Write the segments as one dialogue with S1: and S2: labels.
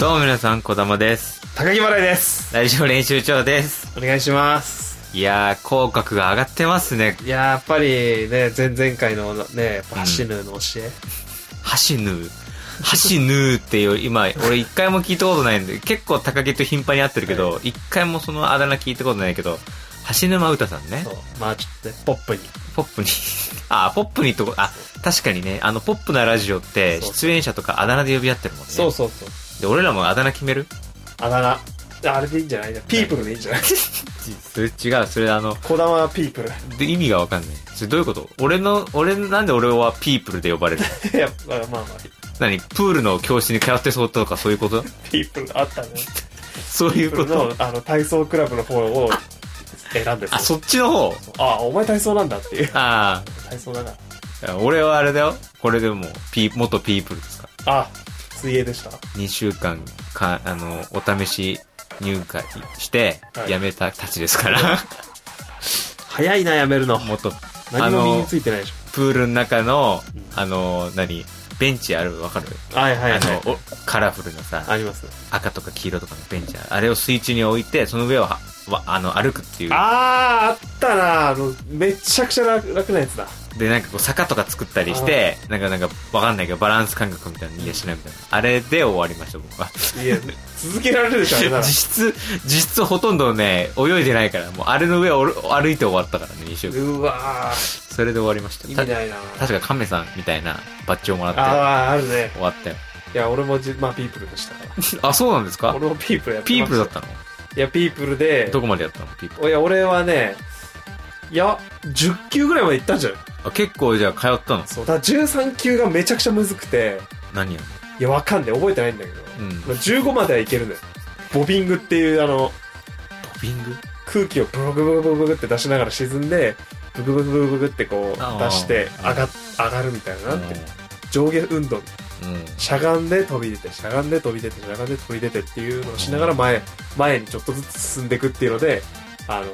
S1: どうも皆さん、こだまです。
S2: 高木丸です。
S1: ラジオ練習長です。
S2: お願いします。
S1: いやー、口角が上がってますね。
S2: いやー、やっぱりね、前々回のね、やっぱハシヌーの教え。
S1: ハシヌー。ハシヌーっていう、今、俺一回も聞いたことないんで、結構高木と頻繁に会ってるけど、一回もそのあだ名聞いたことないけど、橋沼歌さんね
S2: そ。う。まあちょっとね、ポップに。
S1: ポップに。あ、ポップにとこ、あ、確かにね、あの、ポップなラジオって、
S2: そう
S1: 出演者とかあだ名で呼び合ってるもんね。
S2: そうそうそう。
S1: で、俺らもあだ名決める
S2: あだ名。あれでいいんじゃないピープルでいいん じゃない
S1: それ違う、それあの、
S2: 小玉ピープル。
S1: で意味がわかんない。それどういうこと俺の、俺、なんで俺はピープルで呼ばれるの
S2: い や、まあまあまあ、
S1: 何プールの教室に通ってそうとかそういうこと
S2: ピープルあったね。
S1: そうい
S2: ピ
S1: う
S2: ープ
S1: こ
S2: ル
S1: と
S2: の、あの、体操クラブの方を選んで
S1: あ、そっちの方
S2: あ、お前体操なんだっていう。
S1: あ
S2: 体操だな。
S1: あ、俺はあれだよ。これでもう、ピー、元ピープルですか。
S2: あ、水泳でした。
S1: 2週間か、あの、お試し入会して
S2: は、い
S1: 辞めたたちです から。
S2: 早いな、やめるの。
S1: 元、あ
S2: 何も身に
S1: の
S2: つ、いてないでし
S1: プールの中の
S2: うん、
S1: あの、何ベンチあるわかる
S2: ょ。はいはいは
S1: あ
S2: い。
S1: の、おカラフルなさ、
S2: ありますね。
S1: 赤とか黄色とかのベンチあるあれを水中に置いて、その上をは、わあの、歩くっていう。
S2: あー、あったなあの、めちゃくちゃ楽楽なやつだ。
S1: で、なんかこう坂とか作ったりして、なんかなんかわかんないけどバランス感覚みたいなのやしないみたいな。あれで終わりました、僕は。
S2: いや、続けられる でしょ、あれな
S1: 実
S2: ら。
S1: 質、実質ほとんどね、泳いでないから、もうあれの上をおる歩いて終わったからね、2週間。
S2: うわー、
S1: それで終わりました。
S2: 意
S1: た
S2: 味ないな
S1: 確か亀さんみたいなバッジをもらって、
S2: あー、あるね。
S1: 終わったよ。
S2: いや、俺もじ、まあ、ピープルでしたから。
S1: あ、そうなんですか
S2: 俺もピープルやって
S1: ピー
S2: ま
S1: プル
S2: し
S1: だ
S2: た
S1: ったの
S2: いや、ピープルで
S1: ど、こまでやったのピープル。
S2: いや、俺はね、いや、10級ぐらいまで行ったんじゃない
S1: あ結構じゃあ通ったの
S2: そう。だから13級がめちゃくちゃむずくて、
S1: 何やる
S2: いや、わかんねえ、覚えてないんだけど。
S1: うん
S2: 15まではいけるのよ。ボビングっていう、あの、
S1: のトビング
S2: 空気をブクブクブクブクって出しながら沈んでブクブクブクブクってこ
S1: あ
S2: う
S1: ー
S2: 出して上が上がるみたいななんて上下運動
S1: うん。うん
S2: しゃがんで飛び出てしゃがんで飛び出てしゃがんで飛び出てっていうのをしながら前前にちょっとずつ進んでいくっていうのであの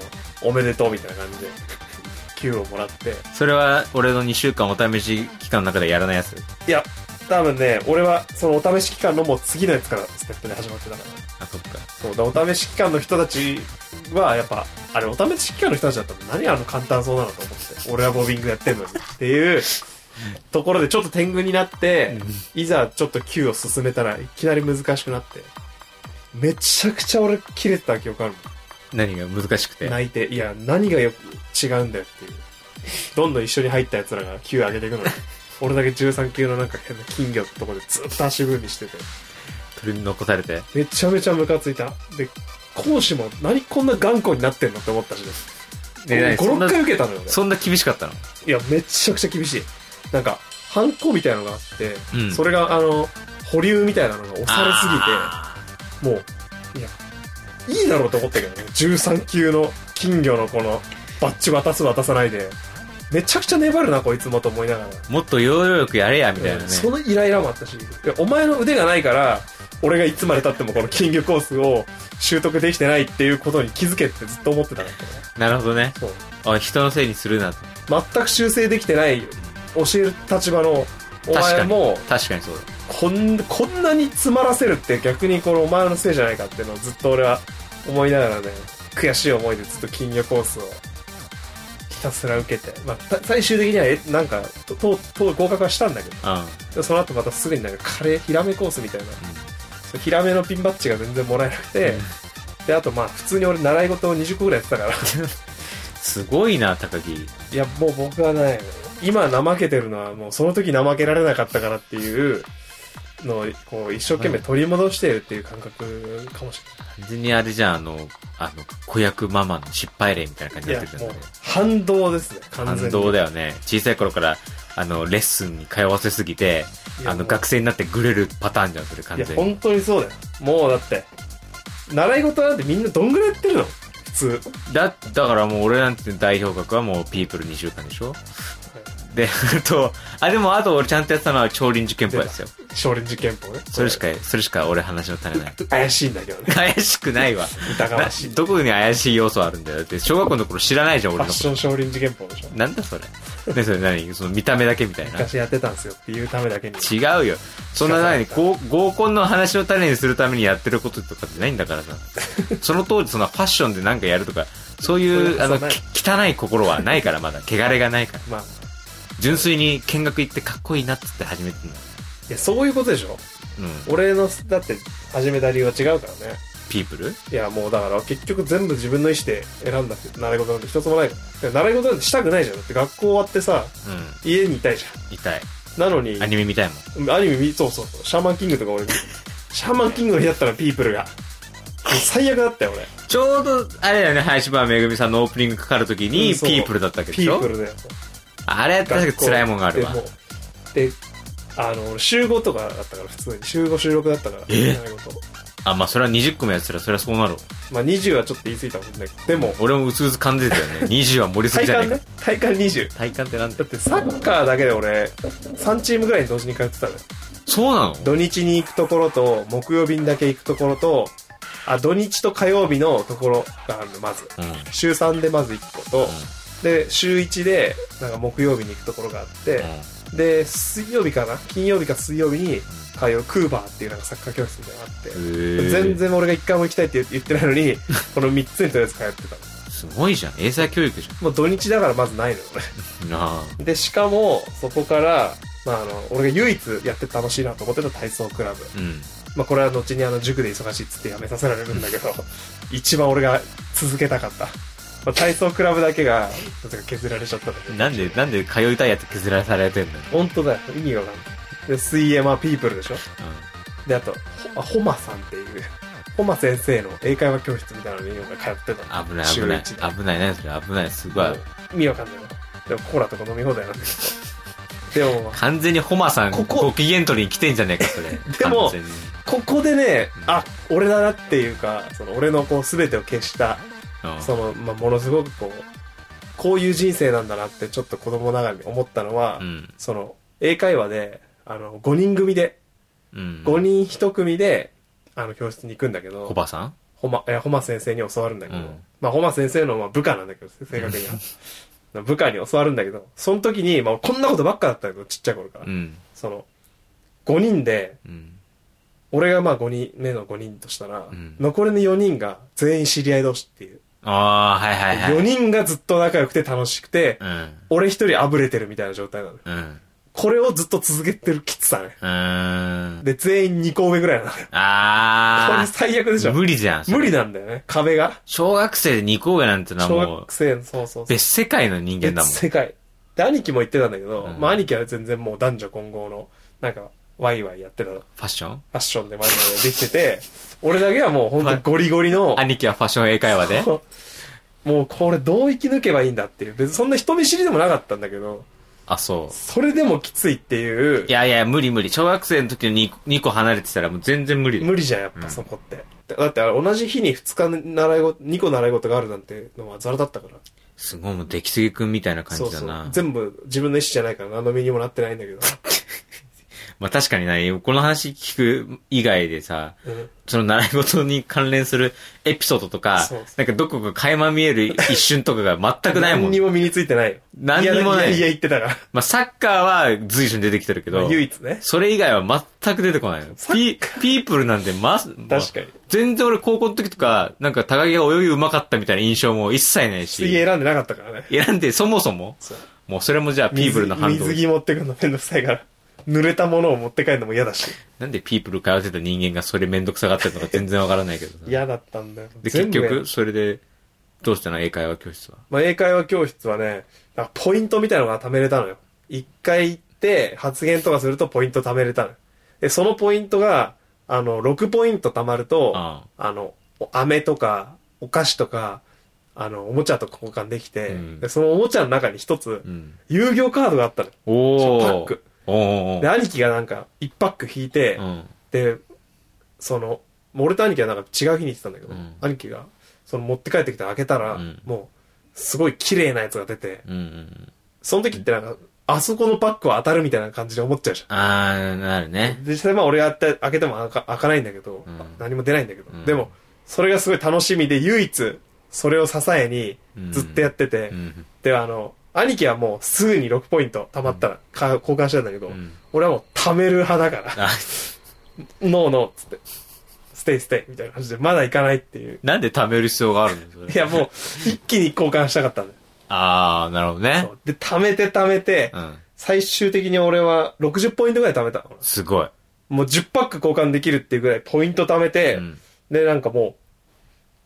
S2: おめでとうみたいな感じで Q をもらって
S1: それは俺の2週間お試し期間の中でやらないやつ
S2: いや多分ね俺はそのお試し期間のもう次のやつからステップで始まってたから
S1: あ、そっか。
S2: そうだお試し期間の人たちはやっぱあれお試し期間の人たちだったら何あの簡単そうなのと思って俺はボビングやってんのにっていうところでちょっと天狗になっていざちょっと Q を進めたらいきなり難しくなってめちゃくちゃ俺切れてた記憶ある
S1: 何が難しく
S2: も
S1: て
S2: ん泣いていや何がよ違うんだよっていうどんどん一緒に入ったやつらが Q 上げていくの に俺だけ13級のなんか変な金魚のとこでずっと足踏みしてて
S1: 取り残されて
S2: めちゃめちゃムカついたで講師も何こんな頑固になってんのって思ったしね
S1: ねそんな
S2: 56回受けたのよ俺
S1: そんな厳しかったの
S2: いやめちゃくちゃ厳しいなんかハンコみたいなのがあって、
S1: うん
S2: それがあの保留みたいなのが押さ
S1: あ
S2: れすぎてもういやいいだろうと思ったけどね13級の金魚のこのバッジ渡す渡さないでめちゃくちゃ粘るなこいつもと思いながら
S1: ーもっと要領よくやれやみたいなね、
S2: そのイライラもあったし、いやお前の腕がないから、俺がいつまで経ってもこの金魚コースを習得できてないっていうことに気づけってずっと思ってたんだけどね
S1: なるほどね
S2: そう。
S1: あ人のせいにするなと
S2: 全く修正できてない、教える立場の、
S1: 確
S2: お
S1: か
S2: 前
S1: に
S2: も、
S1: 確かにそう
S2: こん、こんなに詰まらせるって逆にこのお前のせいじゃないかっていうのをずっと俺は思いながらね、悔しい思いでずっと金魚コースをひたすら受けて、まあ、た最終的には、え、なんか、と、と、と合格はしたんだけど、
S1: だうん、うん、
S2: でその後またすぐになんかカレーヒラメコースみたいな、そうヒラメのピンバッジが全然もらえなくて、であとまあ普通に俺習い事を20個ぐらいやってたから
S1: すごいな高木
S2: いやもう僕はね今怠けてるのはもうその時怠けられなかったからっていうのをこう一生懸命取り戻しているっていう感覚かもし
S1: 完全にあれじゃんあのあの子役ママの失敗例みたいな感じ
S2: れ
S1: に
S2: な
S1: ないっ
S2: い
S1: て
S2: や
S1: る
S2: もう
S1: よね
S2: 反動ですね完全
S1: 感
S2: に
S1: 動だよね小さい頃からあのレッスンに通わせすぎて
S2: いや
S1: あ
S2: も
S1: の
S2: う
S1: 学生になってグレるパターンじゃんそれ完
S2: いや
S1: 全に
S2: 本当にそうだよもうだって習い事なんてみんなどんぐらいやってるの普通
S1: だだからもう俺なんて代表格はもうピープル2週間でしょで、 あと、あ、でもあと俺ちゃんとやってたのは超臨時憲法ですよ。
S2: 少林寺拳法ね。
S1: それしか、それしか俺話の足りない。
S2: 怪しいんだけどね。
S1: 怪しくないわ。
S2: 疑わしい。
S1: な
S2: フ
S1: どこに怪しい要素あるんだよ。だって、小学校の頃知らないじゃん、
S2: ァ
S1: 俺
S2: ッ
S1: のこ
S2: ション少林寺拳法でしょ
S1: と。。なんだそれ。ね、それ何その見た目だけみたいな。
S2: 昔やってたんですよっていうためだけに。
S1: 違うよ。そんな何こう合コンの話の種にするためにやってることとかってないんだ からさ。その当時、そのファッションでなんかやるとか、そう
S2: そうい
S1: いうう、あの、
S2: そうない
S1: き汚い心はないから、まだ。汚れがないから。
S2: まあ、
S1: 純粋に見学行ってかっこいいなっつって始めてんの。
S2: いや、そういうことでしょ。
S1: うん。
S2: 俺の、だって、始めた理由は違うからね。
S1: ピープル
S2: いや、もうだから、結局全部自分の意思で選んだ習い事なんて一つもないから。で習い事なんてしたくないじゃん。だって学校終わってさ、
S1: う
S2: 家にいたいじ
S1: ん。痛い。
S2: ゃん。なのに、
S1: アニメ見たいもん。
S2: アニメ見、そうそうそう、シャーマンキングとか俺見る、シャーマンキングの日だったらピープルが。もう最悪だったよ、俺。
S1: ちょうど、あれだよね、林原めぐみさんのオープニングかかるとき
S2: う
S1: に、
S2: んそう
S1: ピープルだったわけで
S2: ピ
S1: しょ
S2: ープルだよ。
S1: あれ、確かに辛いもんがあるわ
S2: 学。校でもうで、あの、俺週5とかだったから、普通に。週5、収録だったから、
S1: え
S2: 習い事。
S1: あ、まあ、それは20個もやってたら、それはそうなるわ
S2: まあ20はちょっと言い過ぎたもんね。でも、
S1: 俺もうつうつ感じてたよね。20は盛り すぎ
S2: 体
S1: じゃない
S2: 感
S1: か
S2: ね。。体感20。
S1: 体感ってなんだ
S2: だってサッカーだけで俺、3チームぐらいに同時に通ってたのよ。
S1: そうなの
S2: 土日に行くところと、木曜日にだけ行くところと、あ、土日と火曜日のところがあるの、まず。
S1: うん。うん
S2: 週3でまず1個と、で、週1で、なんか木曜日に行くところがあって、で、水曜日かな金曜日か水曜日に通うクーバーっていうなんかサッカー教室みたいなのがあって、
S1: うん。へー
S2: 全。然俺が一回も行きたいって言ってないのに、この3つにとりあえず通ってたの。
S1: すごいじゃん。英才教育じ
S2: もう土日だからまずないのよ、俺。
S1: ゃん。なあ。
S2: で、しかも、そこから、まあ、あの、俺が唯一やって楽しいなと思ってた体操クラブ。
S1: うん。
S2: まあ、これは後にあの、塾で忙しいっつってやめさせられるんだけど、一番俺が続けたかった。まあ、体操クラブだけが、なぜか削られちゃったんだけど。
S1: なんで、なんで通いたいやつ削らされてんだよ。
S2: 本当だよ。意味がわかんない。で、水泳はピープルでしょ
S1: う
S2: で、あと、ほ、あホマさんっていう、ホマ先生の英会話教室みたいなのに俺が通ってたの
S1: ん。危ない、危ない。
S2: 週一で
S1: 危ない、何それ、危ない。すごい。
S2: 意味わかんないよ。でも、コーラとか飲み放題なんだけど。でも、
S1: 完全にホマさん、
S2: ここ
S1: ご機嫌取りに来てんじゃねえか、それ。
S2: でも
S1: 完全に
S2: ここでね、あ、俺だなっていうか、その俺のこう全てを消した、
S1: うん
S2: その、まあ、ものすごくこう、こういう人生なんだなってちょっと子供ながらに思ったのは、
S1: うん。
S2: その、英会話で、あの、5人組で、
S1: うん。
S2: 5人1組で、あの、教室に行くんだけど、
S1: ホバさん
S2: ほま、え、ほま先生に教わるんだけど、
S1: うん
S2: まあ、ほま先生のまあ部下なんだけど、正確には。 部下に教わるんだけど、その時に、まあ、こんなことばっかだったけど、ちっちゃい頃から。
S1: うん。
S2: その、5人で、
S1: うん。
S2: 俺がまあ5人目の5人としたら、
S1: うん
S2: 残りの4人が全員知り合い同士っていう。
S1: ああ、はいはいはい。
S2: 4人がずっと仲良くて楽しくて、
S1: うん。
S2: 俺一人あぶれてるみたいな状態なの。
S1: うん。
S2: これをずっと続けてるきつさね。
S1: うーん。
S2: で、全員2校上ぐらいなのよ。これ
S1: あ
S2: 最悪でし
S1: あ。
S2: ょ。
S1: 無理じゃん。それ
S2: 無理なんだよね、壁が。
S1: 小学生で二校上なんてのは
S2: 小
S1: もう
S2: 学、生の、そうそうそう。
S1: 別世界の人間だもん
S2: 別。世界。で、兄貴も言ってたんだけど、
S1: うん
S2: まあ兄貴は全然もう男女混合の、なんか、ワイワイやってたの。フ
S1: ファッション
S2: ァッションでワイワイできてて、俺だけはもうほんとゴリゴリの、
S1: 兄貴はファッション英会話で。
S2: もうこれどう生き抜けばいいんだっていう。別にそんな人見知りでもなかったんだけど、
S1: あ、そう。
S2: それでもきついっていう
S1: い、やいや、無理無理。小学生の時の 2, 二個離れてたらもう全然無理だよ
S2: 無理じゃん、やっ
S1: う
S2: ぱ
S1: ん
S2: そこって。だってあれ同じ日に2日習い事、2個習い事があるなんてのはザラだったから。
S1: すごいもう出来すぎくんみたいな感
S2: そう
S1: じだ
S2: そ
S1: な
S2: う。。全部自分の意思じゃないから何の身にもなってないんだけど。
S1: まあ確かにない。この話聞く以外でさ、
S2: うん
S1: その習い事に関連するエピソードとか
S2: そうそ、
S1: なんかどこか垣間見える一瞬とかが全くないも
S2: 何に
S1: ん。
S2: も身についてないよ。
S1: 何にもない
S2: いや、いや言ってたから。
S1: まあサッカーは随所に出てきてるけど、
S2: 唯一ね。
S1: それ以外は全く出てこないの。ピピープルなんてま、確
S2: 確かに。
S1: 全然俺高校の時とか、なんか高木が泳ぎ上手かったみたいな印象も一切ない
S2: 水泳
S1: し。
S2: 選んでなかったからね。
S1: 選んで、そもそも、
S2: そう
S1: もうそれもじゃあピープルの反動
S2: 水。水着持ってくるのめんどくさいから。濡れたものを持って帰るのも嫌だし。
S1: なんでピープル通ってた人間がそれめんどくさがってるのか全然わからないけどさ。
S2: 嫌だったんだよ。
S1: で、結
S2: 全部嫌
S1: 局、それで、どうしたの英会話教室は。
S2: まあ、英会話教室はね、なんかポイントみたいなのが貯めれたのよ。一回行って発言とかするとポイント貯めれたの。で、そのポイントが、あの、6ポイント貯まると、
S1: あ
S2: あの、お飴とか、お菓子とか、あの、おもちゃと交換できて、
S1: うん
S2: でそのおもちゃの中に一つ
S1: あ。う、ん。
S2: 遊戯王カードがあったの。
S1: おー。
S2: パック。
S1: おーお
S2: で、
S1: ー
S2: 兄貴がなんか、一パック引いて、
S1: うん。
S2: で、その、もう俺と兄貴はなんか違う日に行ってたんだけど、
S1: うん
S2: 兄貴が、その持って帰ってきて開けたら、
S1: うん
S2: もう、すごい綺麗なやつが出て、
S1: うんうん。
S2: その時ってなんか、あそこのパックは当たるみたいな感じで思っちゃうじ
S1: あー、なる
S2: ゃ
S1: ね。
S2: ん。実際まあ俺が開けても開か開かないんだけど、
S1: うん
S2: 何も出ないんだけど、
S1: うん
S2: でも、それがすごい楽しみで、唯一、それを支えに、ずっとやってて、
S1: うん。
S2: で、あの、兄貴はもうすぐに6ポイント貯まったら、か交換してたんだけど、
S1: うん
S2: 俺はもう貯める派だから、
S1: あ、
S2: ノーノーっつって、ステイステイみたいな感じで、まだ行かないっていう。
S1: なんで貯める必要があるのそれ
S2: いや、もう、一気に交換したかったんだよ。
S1: あー、なるほどね
S2: そ。うで、貯めて貯めて、
S1: うん。
S2: 最終的に俺は60ポイントぐらい貯めたの。
S1: すごい。
S2: もう10パック交換できるっていうぐらいポイント貯めて、
S1: うん。
S2: で、なんかもう、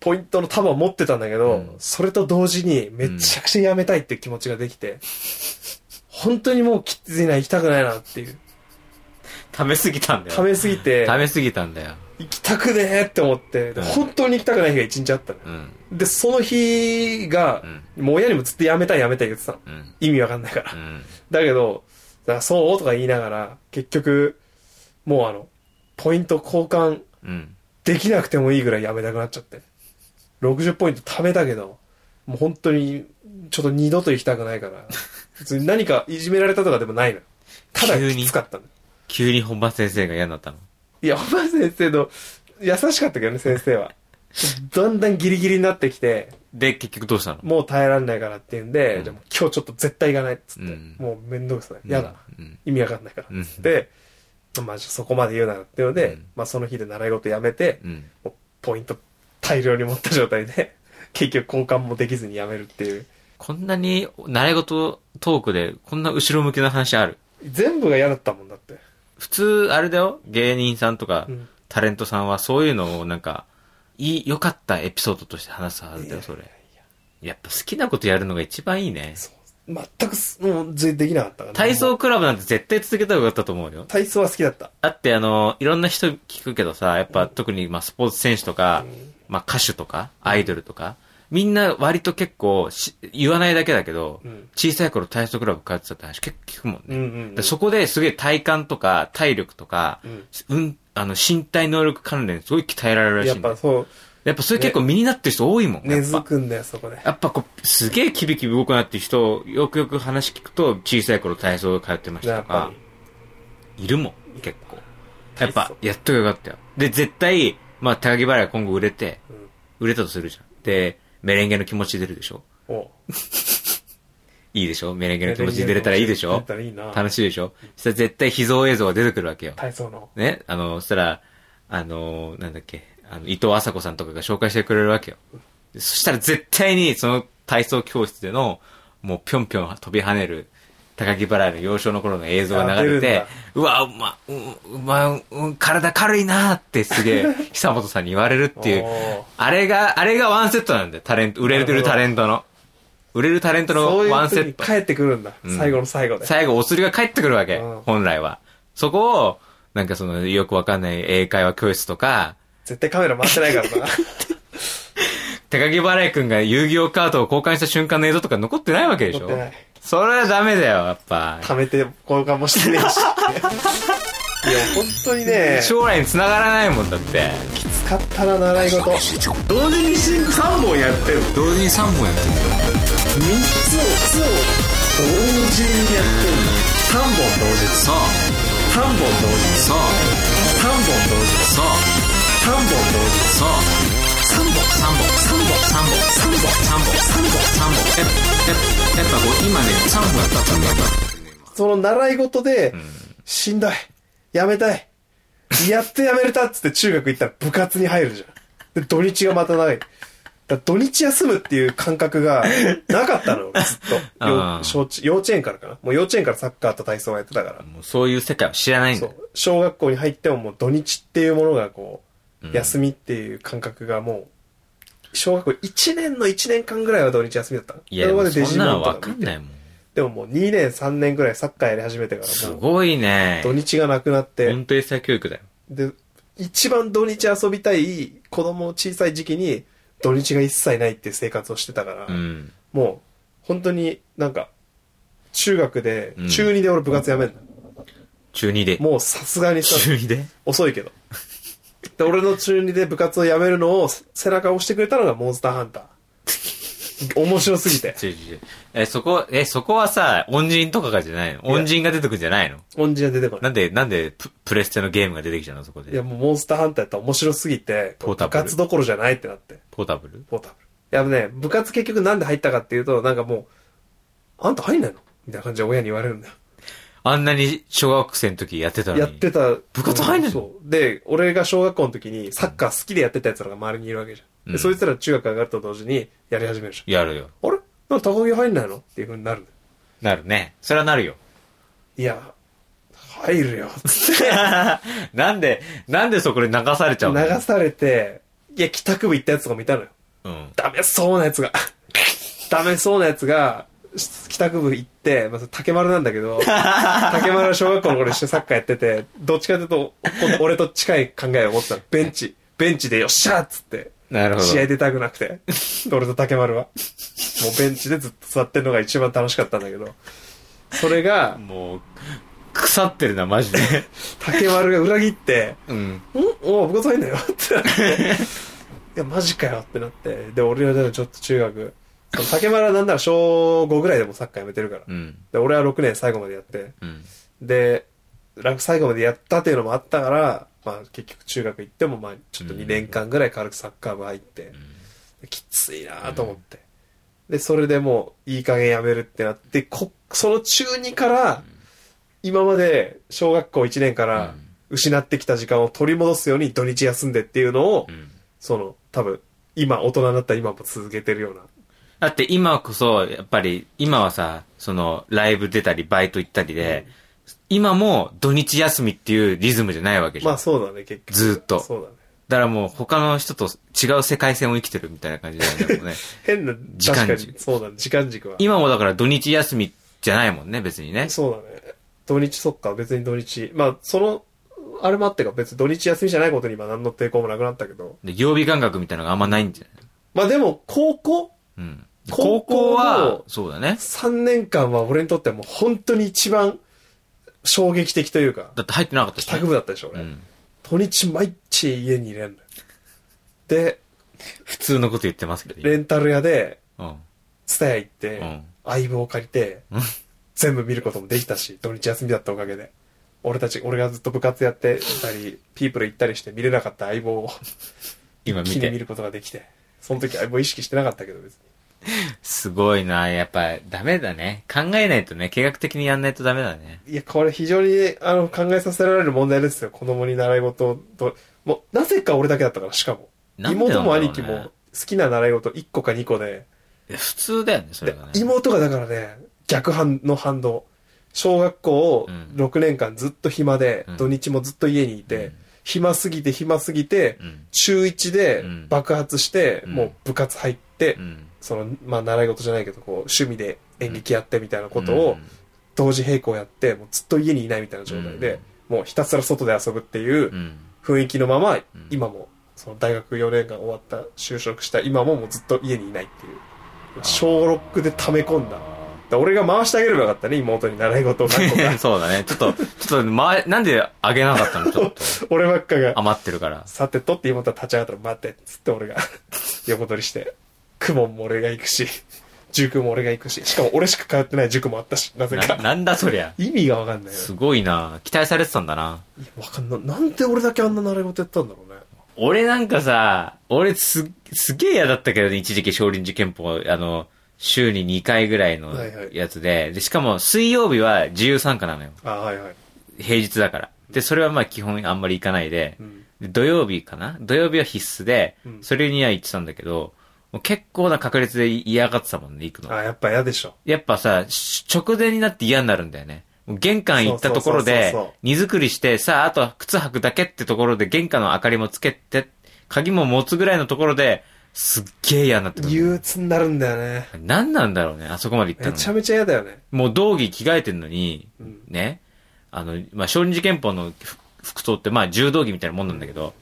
S2: ポイントの束を持ってたんだけど、
S1: うん
S2: それと同時にめちゃくちゃやめたいっていう気持ちができて、本当にもうきついな、行きたくないなっていう。
S1: 貯めすぎたんだよ。
S2: 貯めすぎて、
S1: 貯めすぎたんだよ。
S2: 行きたくねえって思って、で
S1: うん
S2: 本当に行きたくない日が一日あったのよ
S1: うん。
S2: で、その日が
S1: う、ん。
S2: もう親にもずっとやめたいやめたい言ってたの。
S1: うん。
S2: 意味わかんないから
S1: う。ん。
S2: だけど、だからそうとか言いながら、結局、もうあの、ポイント交換
S1: うん。
S2: できなくてもいいぐらいやめたくなっちゃって。60ポイント貯めたけど、もう本当に、ちょっと二度と行きたくないから、別に何かいじめられたとかでもないのよ。ただ
S1: 急
S2: き
S1: に
S2: つかったの。
S1: 急に本場先生が嫌になったの。
S2: いや、おば先生の、優しかったけどね、先生は。だんだんギリギリになってきて、
S1: で、結局どうしたの
S2: もう耐えられないからっていうんで、
S1: うん
S2: じゃあもう今日ちょっと絶対行かないっつって、
S1: うん
S2: もうめんどくさい。やだ。。
S1: うん。
S2: 意味わかんないから。
S1: うん
S2: で、まあじゃあそこまで言うならっていうので、
S1: うん
S2: まあその日で習い事やめて、
S1: うん。
S2: もうポイント大量に持った状態で、 結局交換もできずにやめるっていう。
S1: こんなに習い事トークでこんな後ろ向きな話ある
S2: 全部が嫌だったもんだって。
S1: 普通、あれだよ芸人さんとか
S2: うん
S1: タレントさんはそういうのをなんか、いい、良かったエピソードとして話すはずだよ、それ。やっぱ好きなことやるのが一番いいね。
S2: そう。全くす、もう、ぜできなかったからね
S1: 体
S2: も
S1: 操
S2: う
S1: クラブなんて絶対続けた方が良かったと思うよ。
S2: 体操は好きだった。
S1: だってあの、いろんな人聞くけどさ、やっぱ特にまあスポーツ選手とか、まあ歌手とか、アイドルとか、みんな割と結構し言わないだけだけど、
S2: うん
S1: 小さい頃体操クラブ通ってたって話結構聞くもん
S2: う
S1: ね。
S2: んうん、う
S1: で
S2: ん。
S1: そこですげえ体幹とか体力とか、
S2: うん
S1: うん、あの身体能力関連すごい鍛えられるらしい
S2: やっ
S1: んだよ
S2: ぱそう、
S1: やっぱそれ結構身になってる人多いもん。
S2: 根
S1: やっ
S2: 付
S1: ぱ
S2: くんだよ、そこで。
S1: やっぱこう、すげえキビキビ動くなっていう人、よくよく話聞くと、小さい頃体操通ってました
S2: やっ
S1: と
S2: ぱ
S1: か、いるもん、結構。やっぱ
S2: 体操、
S1: やっとよかったよ。で、絶対、まあ、高木原が今後売れて、
S2: り。うん
S1: 売れたとするじゃん。で、メレンゲの気持ち出るでしょ
S2: お
S1: いいでしょメレンゲの気持ち出れたらいいでし
S2: 出
S1: ょ
S2: れたらいいな。
S1: 楽しいでしょそしたら絶対秘蔵映像が出てくるわけよ。
S2: 体操の。
S1: ねあの、そしたら、あの、なんだっけ、あの、伊藤麻子さんとかが紹介してくれるわけよ。そしたら絶対に、その体操教室での、もうぴょんぴょん飛び跳ねる、高木原の幼少の頃の映像が流れ
S2: あ出るん
S1: て
S2: だ、
S1: うわ、うま、ううま、うん、体軽いなーってすげえ、久本さんに言われるってい
S2: お
S1: う
S2: ー、
S1: あれが、あれがワンセットなんだよ、タレント、売れてるタレントの。売れるタレントの
S2: そういう
S1: ワンセ
S2: 時
S1: ッ
S2: に
S1: ト。
S2: 帰ってくるんだ。
S1: うん
S2: 最後の最後で。
S1: 最後、お釣りが返ってくるわけ、
S2: うん
S1: 本来は。そこを、なんかその、よくわかんない英会話教室とか、
S2: 絶対カメラ回ってないから な。
S1: 高木バレー君が遊戯王カードを交換した瞬間の映像とか残ってないわけでしょ
S2: 残ってない
S1: それはダメだよ、やっぱ。
S2: 貯めて交換もしてね えし。いや、本当にね、き
S1: 将来に繋がらないもんだって。
S2: つかったな、習い事。同時に3本やってるの。3
S1: 同時に3本やってる。
S2: つを、つを、同時にやってるの。3本同時。
S1: そう、
S2: 3本同時。
S1: そう、
S2: 3本同時。
S1: そう、
S2: 3本同時。
S1: そう。3本、3本、3本、3本、3本、3本、3本、3本。やっぱ、やっぱこう、今ね、3本やったんだよ、
S2: その習い事で、
S1: ん
S2: しんどい。やめたい。やっとやめれたっつって中学行ったら部活に入るじゃん。で、土日がまた長い。だから土日休むっていう感覚がなか ったの、ずっと。
S1: あ
S2: よ
S1: ー
S2: 小稚幼稚園からかな。もう幼稚園からサッカーと体操をやってたから。
S1: もうそういう世界は知らないん
S2: そ
S1: だ
S2: う。小学校に入ってももう土日っていうものがこう
S1: う、ん
S2: 休みっていう感覚がもう、小学校1年の1年間ぐらいは土日休みだったの。
S1: いや、
S2: そ
S1: で
S2: れま
S1: も
S2: でデ
S1: そん
S2: ジ
S1: な
S2: モン
S1: の
S2: とか
S1: わかんないもん。
S2: でももう2年3年ぐらいサッカーやり始めてからもう。
S1: すごいね。
S2: 土日がなくなって、
S1: 本当英才教育だよ。
S2: で、一番土日遊びたい子供小さい時期に土日が一切ないっていう生活をしてたから、
S1: うん。
S2: もう本当になんか、中学で
S1: うん、
S2: 中2で俺部活やめんの。
S1: 中2で。
S2: もうさすがにさ、
S1: 中2で
S2: 遅いけど。で、俺の中2で部活をやめるのを背中を押してくれたのがモンスターハンター。面白すぎて。
S1: 違う違う違うえ、そこ、え、そこはさ、恩人とかがじゃないの恩人が出てくるんじゃないの
S2: 恩人が出てこない。
S1: なんで、なんでプ、プレステのゲームが出てきちゃうのそこ
S2: いや、
S1: で。
S2: もうモンスターハンターやったら面白すぎて、
S1: ポータブル
S2: 部活どころじゃないってなって、
S1: ポータブル
S2: ポータブル。いや、でもね、部活結局なんで入ったかっていうと、なんかもう、あんた入んないのみたいな感じで親に言われるんだよ。
S1: あんなに小学生の時やってたのに。
S2: やってた。
S1: 部活入んないの
S2: そう。で、俺が小学校の時にサッカー好きでやってたやつらが周りにいるわけじゃん。
S1: うん
S2: で、そいつら中学上がると同時にやり始めるじ
S1: やるよ。
S2: ゃん。あれなんか高木入んないのっていう風になるんだよ。
S1: なるね。それはなるよ。
S2: いや、入るよ。
S1: なんで、なんでそこで流されちゃうの
S2: 流されて、いや、帰宅部行ったやつとかもいたのよ。
S1: うん。
S2: ダメそうなやつが。ダメそうなやつが、し帰宅部行って、まあ、それ竹丸なんだけど、竹丸は小学校の頃一緒にサッカーやってて、どっちかというと、こ俺と近い考えを持ってたのベンチ。ベンチでよっしゃーっつって、
S1: なるほど。
S2: 試合出たくなくて。俺と竹丸は。もうベンチでずっと座ってるのが一番楽しかったんだけど、それが、
S1: もう、腐ってるな、マジ で。
S2: 竹丸が裏切って、
S1: うん。
S2: んおう、部活入んなよってなって。いや、マジかよってなって。で、俺はでもちょっと中学、その竹丸はなんなら小5ぐらいでもサッカーやめてるから。
S1: うん。
S2: で、俺は6年最後までやって。
S1: うん。
S2: で、楽最後までやったっていうのもあったから、まあ結局中学行っても、まあちょっと2年間ぐらい軽くサッカー部入って、きついなと思って。で、それでもういい加減やめるってなって、こ、その中2から、今まで小学校1年か
S1: う
S2: ら
S1: ん
S2: 失ってきた時間を取り戻すように土日休んでっていうのを、
S1: うん。
S2: その多分今大人になった今も続けてるような
S1: だって今こそ、やっぱり、今はさ、その、ライブ出たり、バイト行ったりで、今も土日休みっていうリズムじゃないわけじゃん。
S2: まあそうだね結局
S1: ずーっと
S2: そうだね
S1: だからもう他の人と違う世界線を生きてるみたいな感じだよね。もう ね
S2: 変な
S1: 時間軸
S2: 確かにそうだね時間軸は
S1: 今もだから土日休みじゃないもんね、別にね。
S2: そうだね土日そっか別に土日まあそのあれもあってか別に土日休みじゃないことに今何の抵抗もなくなったけど
S1: で曜日感覚みたいなのがあんまないんじゃない
S2: まあでも高校
S1: うん。高
S2: 高
S1: 校
S2: 校の
S1: は、そうだね。
S2: 3年間は俺にとってはもう本当に一番衝撃的というか
S1: だって入ってなかったし、
S2: 帰
S1: ね。
S2: 宅部だったでしょ俺、
S1: うん。
S2: 土日毎日家にいれんのよで
S1: 普通のこと言ってますけど。
S2: レンタル屋で
S1: うん。
S2: 蔦屋行って、
S1: うん
S2: 相棒を借りて、
S1: うん
S2: 全部見ることもできたし、土日休みだったおかげで。俺たち、俺がずっと部活やってたり、ピープル行ったりして見れなかった相棒を
S1: 今見
S2: 一気に見
S1: て。
S2: ることができて。その時相棒意識してなかったけど別に。
S1: すごいな。やっぱ、ダメだね。考えないとね、計画的にやんないとダメだね。
S2: いや、これ非常に、あの、考えさせられる問題ですよ。子供に習い事をど、もう、なぜか俺だけだったから、しかも。
S1: なんでなんだろ
S2: 妹
S1: うね
S2: も兄貴も、好きな習い事1個か2個で、
S1: え普通だよね、それがね。
S2: 妹がだからね、逆反の反動。小学校を
S1: うん
S2: 6年間ずっと暇で、
S1: うん
S2: 土日もずっと家にいて、
S1: うん
S2: 暇すぎて暇すぎて、
S1: うん。
S2: 中1で
S1: うん
S2: 爆発して、
S1: うん
S2: もう部活入って、
S1: うん。
S2: その、まあ習い事じゃないけど、こう、趣味で演劇やってみたいなこと
S1: う
S2: を
S1: ん、。
S2: 同時並行やって、もうずっと家にいないみたいな状態で、もうひたすら外で遊ぶっていううん 雰囲気のまま、
S1: ん。
S2: 今も、その大学4年間終わった、就職した今ももうずっと家にいないっていう、小6で溜め込んだ。だ俺が回してあげればよかったね、妹に習い事を何個 か
S1: そうだね。ちょっと、ちょっと、ま、なんであげなかった のちょっと。
S2: 俺ばっかが、
S1: 余ってるから。
S2: さてとって妹は立ち上がったら待ってっつって俺が 横取りして、クモンも俺が行くし、塾も俺が行くし、しかも俺しか通ってない塾もあったし、なぜ
S1: な、
S2: か。
S1: なんだそりゃ。
S2: 意味がわかんないよ。
S1: すごいな。期待されてたんだな。
S2: いやわかんない。なんで俺だけあんな習い事やったんだろうね。
S1: 俺なんかさ、俺す、すげえ嫌だったけどね、一時期少林寺拳法、あの、週に2回ぐらいの
S2: はいはい
S1: やつで、で、しかも水曜日は自由参加なのよ。
S2: あ、はいはい。
S1: 平日だから。で、それはまあ基本あんまり行かないで、
S2: うん
S1: で土曜日かな土曜日は必須で
S2: う、ん
S1: それには行ってたんだけど、もう結構な確率で嫌がってたもんね、行くの。
S2: あ、やっぱ嫌でしょ。
S1: やっぱさ、し直前になって嫌になるんだよね。もう玄関行ったところで
S2: そうそうそうそう、
S1: 荷造りして、さあ、あとは靴履くだけってところで、玄関の明かりもつけて、鍵も持つぐらいのところで、すっげえ嫌になってくる。
S2: 憂鬱になるんだよね。
S1: 何なんだろうね、あそこまで行った
S2: めちゃ
S1: の。
S2: めちゃ嫌だよね。
S1: もう道着着替えてんのに、
S2: うん
S1: ね。あの、まあ、少林寺拳法の服服装って、まあ、柔道着みたいなもんなんだけど、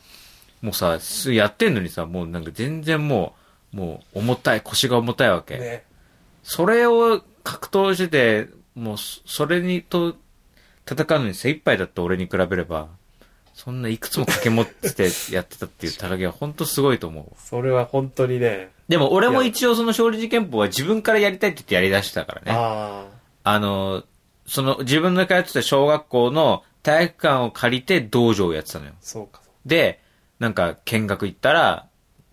S1: もうさ、すやってんのにさ、もうなんか全然もう、もう重たい、腰が重たいわけ。
S2: ね。
S1: それを格闘してて、もうそ、それにと、戦うのに精一杯だった俺に比べれば、そんないくつも掛け持って やってたっていう高木は本当すごいと思う。
S2: それは本当にね。
S1: でも俺も一応その勝利寺拳法は自分からやりたいって言ってやり出したからね。あ
S2: あ
S1: の、その自分の通ってた小学校の体育館を借りて道場をやってたのよ
S2: あ、。そうか。
S1: で、なんか見学行ったら、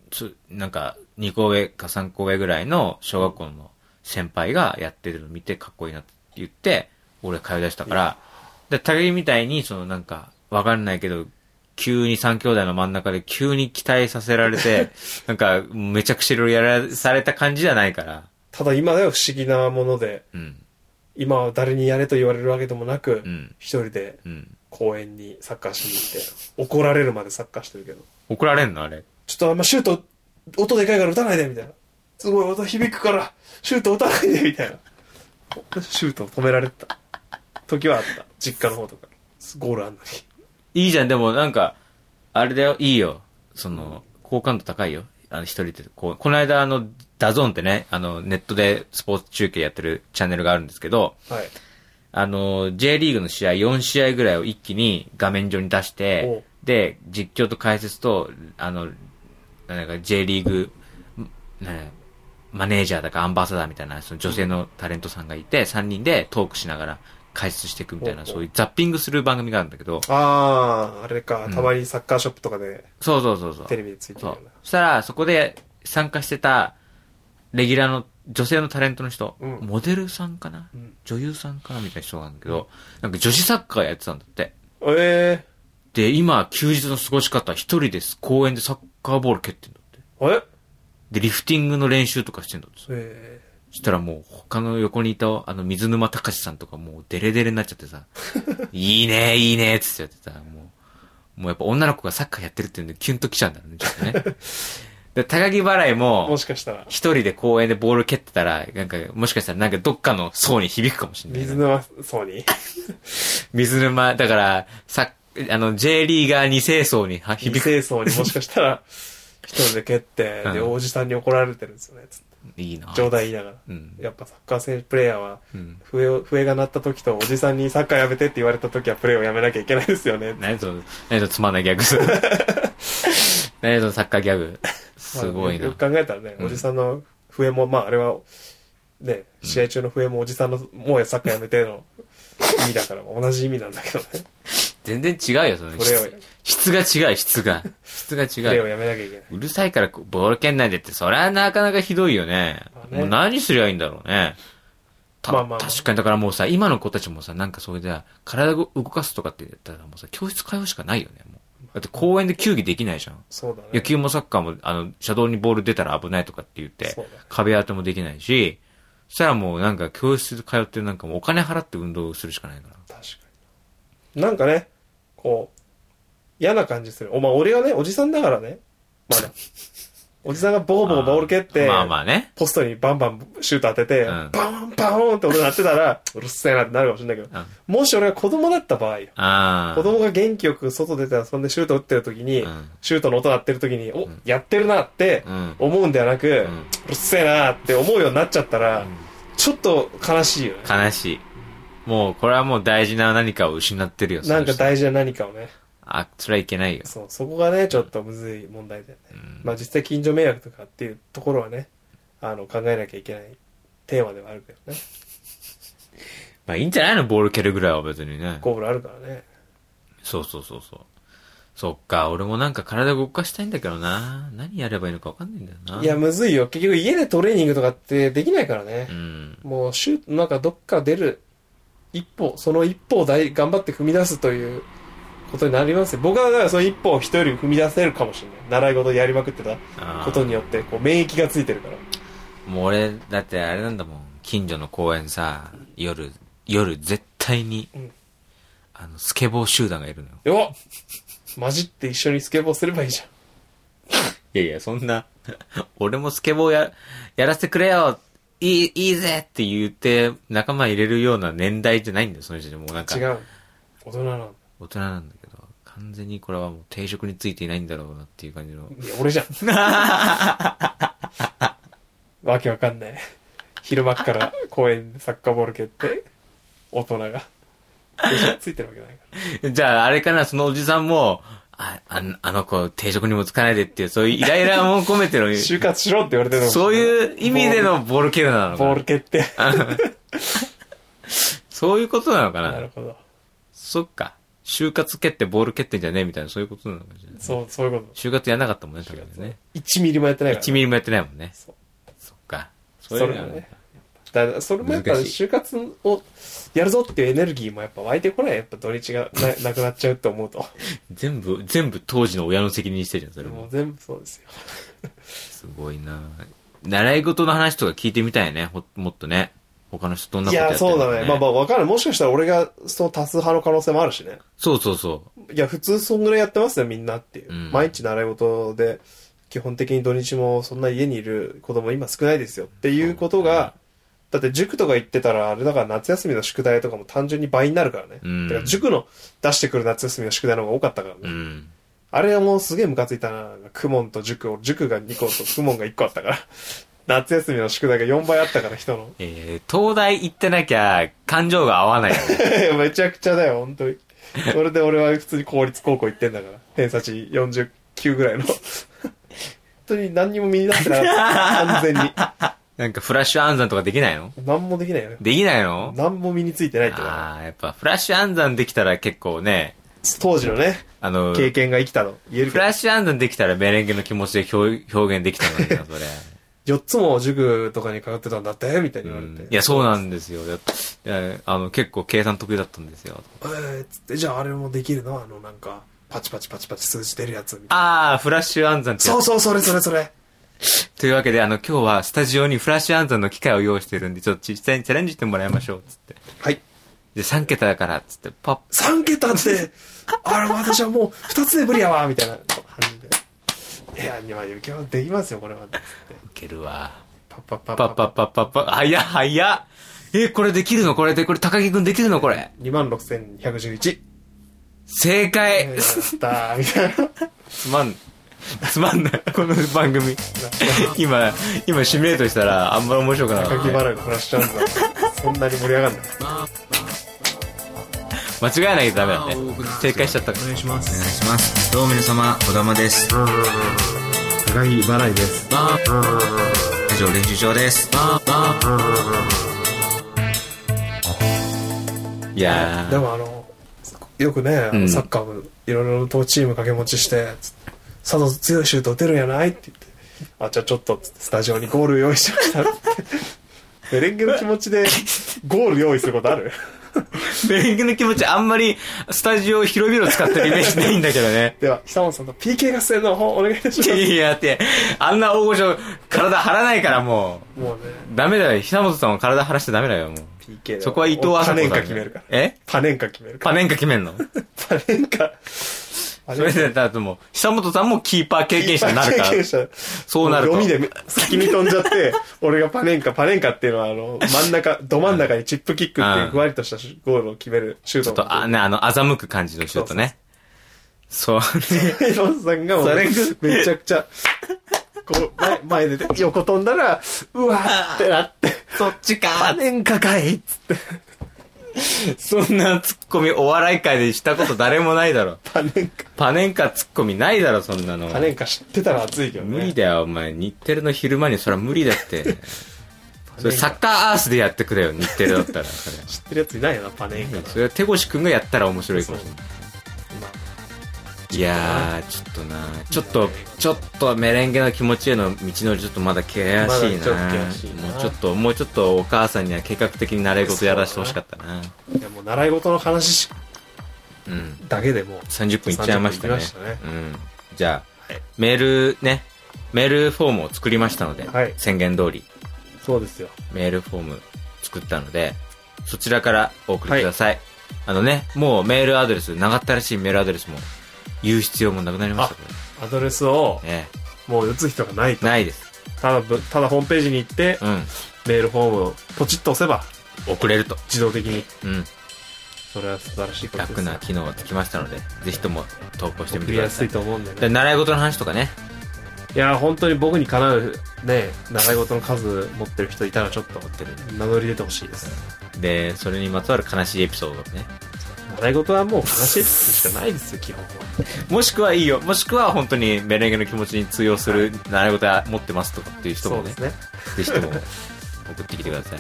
S1: つなんか2個上か3個上ぐらいの小学校の先輩がやってるの見てかっこいいなって言って、俺通い出したから、で、高木みたいに、そのなんか、わかんないけど、急に三兄弟の真ん中で急に期待させられて、なんか、めちゃくちゃいろいろやらされた感じじゃないから。
S2: ただ今では不思議なもので、
S1: うん。
S2: 今は誰にやれと言われるわけでもなく、
S1: うん。
S2: 一人で
S1: うん。
S2: 公園にサッカーしに行って、怒られるまでサッカーしてるけど、
S1: 怒られんのあれ。
S2: ちょっとあんまシュート、音でかいから打たないで、みたいな。すごい音響くから、シュート打たないで、みたいな。シュート止められてた。時はあった。実家の方とか。ゴールあんのに。
S1: いいじゃん、でもなんか、あれだよ、いいよ。その、好感度高いよ。あの、一人で。こう、この間、あの、ダゾーンってね、あの、ネットでスポーツ中継やってるチャンネルがあるんですけど、
S2: はい。
S1: あの、J リーグの試合4試合ぐらいを一気に画面上に出して、で、実況と解説と、あの、なんか J リーグ、んなんかマネージャーだかアンバサダーみたいな、その女性のタレントさんがいて、3人でトークしながら解説していくみたいな、
S2: おうおう
S1: そういうザッピングする番組があるんだけど、
S2: あー、あれか
S1: う。ん
S2: たまにサッカーショップとかで、
S1: そうそうそうそう。
S2: テレビでついてる
S1: そ
S2: よ
S1: う。そしたら、そこで参加してた、レギュラーの女性のタレントの人、
S2: うん
S1: モデルさんかな、
S2: うん
S1: 女優さんかなみたいな人なんだけど、なんか女子サッカーやってたんだって。
S2: うな。え
S1: で、今、休日の過ごし方、一人です。公園でサッカーボール蹴ってんだって。
S2: ー、え
S1: で、リフティングの練習とかしてんだって。
S2: え
S1: そしたらもう、他の横にいた、あの、水沼隆さんとかもう、デレデレになっちゃって さ、いいね、いいね、っつってやってたらもう、もうやっぱ女の子がサッカーやってるっていうんで、キュンときちゃうんだろうね、ちょっと ね。で、高木払い
S2: ー、も
S1: も、
S2: しかしたら、
S1: 一人で公園でボール蹴ってたら、なんか、もしかしたらなんかどっかの層に響くかもしれないね、
S2: 水沼そうに。
S1: 水沼、だから、さあの、J リーガー二世層には響
S2: 非
S1: く
S2: 清掃にもしかし たら、一人で蹴って、で、
S1: うん
S2: おじさんに怒られてるんですよね。つって
S1: いいな。
S2: 冗談言いながら。
S1: うん。
S2: やっぱサッカー選手プレイヤーは、
S1: うん。
S2: 笛を、笛が鳴った時と、おじさんにサッカーやめてって言われた時はプレーをやめなきゃいけないですよね。
S1: 何その、何そのつまんない ギャグ。何そのサッカーギャグ。すごい
S2: まあ
S1: な
S2: よ。く考えたらね、
S1: うん
S2: おじさんの笛も、まああれは、ね、試合中の笛もおじさんの、もうサッカーやめての意味だから、同じ意味なんだけどね。
S1: 全然違うよ、その
S2: プレーを、
S1: 質。質が違う、質が。質が
S2: プレ
S1: 違
S2: ーを
S1: う。
S2: やめなきゃいけない。
S1: うるさいからこうボール圏内でって、それはなかなかひどいよね。
S2: まあね
S1: もう何すりゃいいんだろうね。た
S2: まあまあ
S1: 確かに、だからもうさ、今の子たちもさ、なんかそれで、体を動かすとかって言ったらもうさ、教室通うしかないよね、もう。だって公園で球技できないじゃん。
S2: そうだね。
S1: 野球もサッカーも、あの、車道にボール出たら危ないとかって言って
S2: そうだね、
S1: 壁当てもできないし、そしたらもうなんか教室通ってなんかもうお金払って運動するしかないから。
S2: 確かに。なんかね、こう、嫌な感じする。お前、俺がね、おじさんだからね。ま だ。おじさんがボコボコボール蹴って、
S1: まあまあね。
S2: ポストにバンバンシュート当てて、
S1: うん
S2: バーンバーンって音鳴ってたら、うるせえなってなるかもしれないけど、
S1: うん
S2: もし俺が子供だった場合よ、
S1: ああ。
S2: 子供が元気よく外出て遊んでシュート打ってる時に、
S1: うん
S2: シュートの音鳴ってる時に、お、やってるなって
S1: うん
S2: 思うんではなく、う
S1: うん
S2: るせえなって思うようになっちゃったら、ちょっと悲しいよね。
S1: 悲しい。もう、これはもう大事な何かを失ってるよ、
S2: なんか
S1: その人
S2: 大事な何かをね。
S1: あ、それはいけないよ。
S2: そう、そこがね、ちょっとむずい問題だよね。
S1: うん
S2: まあ実際近所迷惑とかっていうところはね、あの、考えなきゃいけないテーマではあるけどね。
S1: まあいいんじゃないのボール蹴るぐらいは別にね。
S2: ゴールあるからね。
S1: そうそうそうそう。そっか、俺もなんか体動かしたいんだけどな。何やればいいのかわかんないんだよな。
S2: いや、、むずいよ。結局家でトレーニングとかってできないからね
S1: う。ん。
S2: もう、シュート、なんかどっか出る一歩、その一歩を大頑張って踏み出すということになりますよ。僕はだからその一歩を人より踏み出せるかもしれない。習い事やりまくってた
S1: あー
S2: ことによって、こう、免疫がついてるから。
S1: もう俺、だってあれなんだもん。近所の公園さ、夜、夜絶対に、
S2: うん
S1: あの、スケボー集団がいるのよ。
S2: よっ混じって一緒にスケボーすればいいじゃん。
S1: いやいや、そんな、 俺もスケボーや、やらせてくれよいい、いいぜって言って、仲間入れるような年代じゃないんだよ、その人でもうなんか
S2: 違。う。大人なんだ。
S1: 大人なんだけど、完全にこれはもう定職についていないんだろうなっていう感じの。
S2: いや、俺じゃん。 わけわかんない。昼間っから公園でサッカーボール蹴って、大人が。嘘ついてるわけないから。
S1: じゃあ、あれかな、そのおじさんも、あ、あのあの子、定職にもつかないでっていう、そういうイライラも込め ての、
S2: 就活しろって言われてるのも
S1: そういう意味でのボールケルなのか
S2: ボー
S1: な
S2: ル蹴って。
S1: そういうことなのか
S2: なる
S1: な
S2: ほど。
S1: そっか。就活蹴ってボール蹴ってんじゃねえみたいな、そういうことなのかもしれない。
S2: そう、そういうこ
S1: 就活やんなかったもんね、だけど
S2: と。
S1: ね。
S2: 1ミリもやってないから。
S1: 1ミリもやってないもんね。
S2: そう
S1: そっか。
S2: そ
S1: そう
S2: れ
S1: いうの
S2: もね
S1: ね。。
S2: だからそれもやっぱ
S1: 難し
S2: 就活をやるぞっていうエネルギーもやっぱ湧いてこないやっぱ土日がな なくなっちゃうと思うと
S1: 全部、全部当時の親の責任にしてるじゃん、それ
S2: もう
S1: も。
S2: 全部そうですよ
S1: すごいな習い事の話とか聞いてみたいね、ほもっとね。他の人どんないことやって
S2: や
S1: るの
S2: そう
S1: か
S2: だねまあまあ分からないもしかしたら俺がその多数派の可能性もあるしね
S1: そうそうそ
S2: いや普通そんぐらいやってますよみんなっていう、
S1: うん
S2: 毎日習い事で基本的に土日もそんな家にいる子供今少ないですよっていうことが、だって塾とか行ってたらあれだから夏休みの宿題とかも単純に倍になるからね、
S1: うん
S2: だから塾の出してくる夏休みの宿題の方が多かったからね、
S1: う。うん。
S2: あれはもうすげえムカついたな。クモンと塾を、塾が2個とクモンが1個あったから。夏休みの宿題が4倍あったから人の。
S1: えー、東大行ってなきゃ、感情が合わないよね。
S2: めちゃくちゃだよ、本当に。それで俺は普通に公立高校行ってんだから。偏差値49ぐらいの。本 当に何にも身になってなかった。完全に。
S1: なんかフラッシュ暗算とかできないの
S2: 何もできないよね。
S1: できないの
S2: 何も身についてないってこと
S1: ああ、やっぱフラッシュ暗算できたら結構ね、
S2: 当時のね、
S1: あの、
S2: 経
S1: フ
S2: 験が生きたの。言えるけど
S1: ラッシュ暗算できたらメレンゲの気持ちで表表現できたのにな、それ。
S2: 4つも塾とかに通ってたんだってみたいに言われて。
S1: いや、そうなんですよ。いやいやあの、結構計算得意だったんですよ。
S2: えー、つって、じゃああれもできるのあの、なんか、パチパチパチパチ数字出るやつみたいな。
S1: ああ、フラッシュ暗算ってやつ
S2: そうそう、それそれそれ。
S1: というわけで、あの、今日はスタジオにフラッシュ暗算の機械を用意してるんで、ちょっと実際にチャレンジしてもらいましょう、つって。
S2: はい。
S1: で、3桁だから、つって、パッ、
S2: 3桁って、あれ、私はもう2つで無理やわ、みたいな。いや、いや、いけできますよ、これは。つって
S1: いけるわ。
S2: パッパッパッ
S1: パッパッパッパッパッ、早っ早っえ、これできるのこれで、これ高木くんできるのこれ。
S2: 26,111。
S1: 正解、
S2: やったー、みたい な。
S1: つまん、つまん ない。この番組。今、今シミュレートしたらあんまり面白くなか
S2: 高木
S1: っ
S2: 払いの話しちゃうんだ。そんなに盛り上がんない。
S1: た。間違えなきゃダメだね。正解しちゃったから。
S2: 願いしま
S3: お。願いしますどうも皆様児玉です
S2: 高木払いです。
S3: 以上練習場です
S1: いや
S2: で
S1: ー。
S2: もあの、よくね、
S1: ん
S2: サッカーもいろいろとチーム掛け持ちして、つって佐藤強いシュート打てるんやないって言って、あ、じゃあちょっとっつってスタジオにゴール用意しましたって。メレンゲの気持ちでゴール用意することある
S1: メレンゲの気持ちあんまりスタジオを広々使ってるイメージないんだけどね。
S2: では、久本さんの PK 合戦の方お願いいたし ま
S1: いや、だって、あんな大御所、体張らないからも
S2: す。もうね、
S1: う。ダメだよ。久本さんは体張らしてダメだよ、もう。
S2: PK だ
S1: そこは伊藤
S2: パ
S1: 麻子さんだ
S2: ネ
S1: よ。
S2: ンカ決めるから。
S1: え
S2: パネンカ決めるか
S1: パ
S2: ら。
S1: ネンカ決めんの
S2: パネンカ。あ
S1: それで、だともう、久本さんもキーパー経験者になるから
S2: 経。験者
S1: そうなると。
S2: ゴミでめ先に飛んじゃ って、俺がパネンカ、パネンカっていうのはあの、真ん中、ど真ん中にチップキックっていうふわりとしたシュゴールを決めるシュー
S1: ちょ
S2: ト
S1: っと、あ、ね、あの、欺く感じのシュートね。そう。
S2: ヘロンさんがもう
S1: それぐ
S2: めちゃくちゃ、こう、前、前で横飛んだら、うわーってなって、
S1: そっち
S2: パ
S1: か
S2: ネンカかいっつって、
S1: そんなツッコミお笑い界でしたこと誰もないだろ。
S2: パネンカ。
S1: パネンカツッコミないだろ、そんなの。
S2: パネンカ知ってたら熱いけどね。
S1: 無理だよ、お前。日テレの昼間にそれは無理だって。それ
S2: パネンカ
S1: サッカーアースでやってくれよ、日テレだったら。それ
S2: 知ってるやついないよな、パネンカなんて。
S1: それは手越くんがやったら面白いかもしれない。
S2: まあ
S1: いやー、ちょっとなちょっと、ちょっとメレンゲの気持ちへの道のりちょっとまだ険
S2: まだ
S1: し
S2: ちょ
S1: い
S2: っ
S1: な
S2: と険しいな
S1: もうちょっと、もうちょっとお母さんには計画的に習い事やらせてほしかったな。
S2: いやもう習い事の話し
S1: うん。
S2: だけでもう、
S1: 30分いっちゃいましたね。
S2: 30分いきましたね
S1: うん。じゃあ、
S2: はい
S1: メールね、メールフォームを作りましたので、
S2: はい
S1: 宣言通り
S2: そうですよ。
S1: メールフォーム作ったので、そちらからお送りください。あのね、もうメールアドレス、長ったらしいメールアドレスも言う必要もなくなりましたけど
S2: アドレスを、
S1: ね。
S2: もう打つ人がないと。
S1: ないです。
S2: ただぶ、ただホームページに行って、
S1: う
S2: メールフォームをポチッと押せば、
S1: ん。送れると。
S2: 自動的に。
S1: うん。
S2: それは素晴らしいことです。
S1: 楽な機能がつきましたので、ぜひとも投稿してみて
S2: 送り
S1: くだ
S2: や
S1: さ
S2: す
S1: い。
S2: いと思うんで
S1: で
S2: ね。
S1: 習い事の話とかね。
S2: いや、本当に僕にかなうね、習い事の数持ってる人いたらちょっと
S1: 持ってる
S2: 名乗り出てほしいです。
S1: で、それにまつわる悲しいエピソードをね、
S2: 習い事はもう悲しいしかないですよ、基本は。
S1: もしくはいいよ。もしくは本当にメレンゲの気持ちに通用する習い事は持ってますとかっていう人
S2: そ
S1: も
S2: うで
S1: ね
S2: す、ね。
S1: ぜひとも 送ってきてください。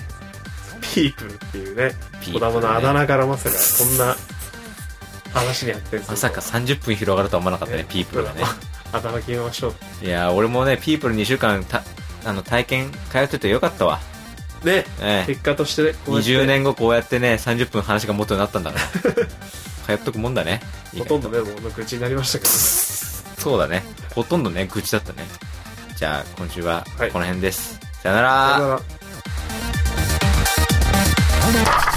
S2: ピープルっていうね、
S1: ピープルね
S2: 子供のあだ名からまさか、こんな話にやってる
S1: まさか30分広がるとは思わなかったね、ピープルがね。。
S2: あだ名決めましょう。
S1: いやー、俺もね、ピープル2週間た、あの、体験通っててよかったわ。
S2: で、
S1: ええ。
S2: 結果としてね、こうやって
S1: 20年後こうやってね、30分話が元になったんだから。 通っとくもんだね。いい
S2: ほ
S1: か
S2: とんどね、もう愚痴になりましたけど。
S1: そうだね。ほとんどね、愚痴だったね。じゃあ、今週は
S2: はい
S1: この辺です。さよなら
S2: さよなら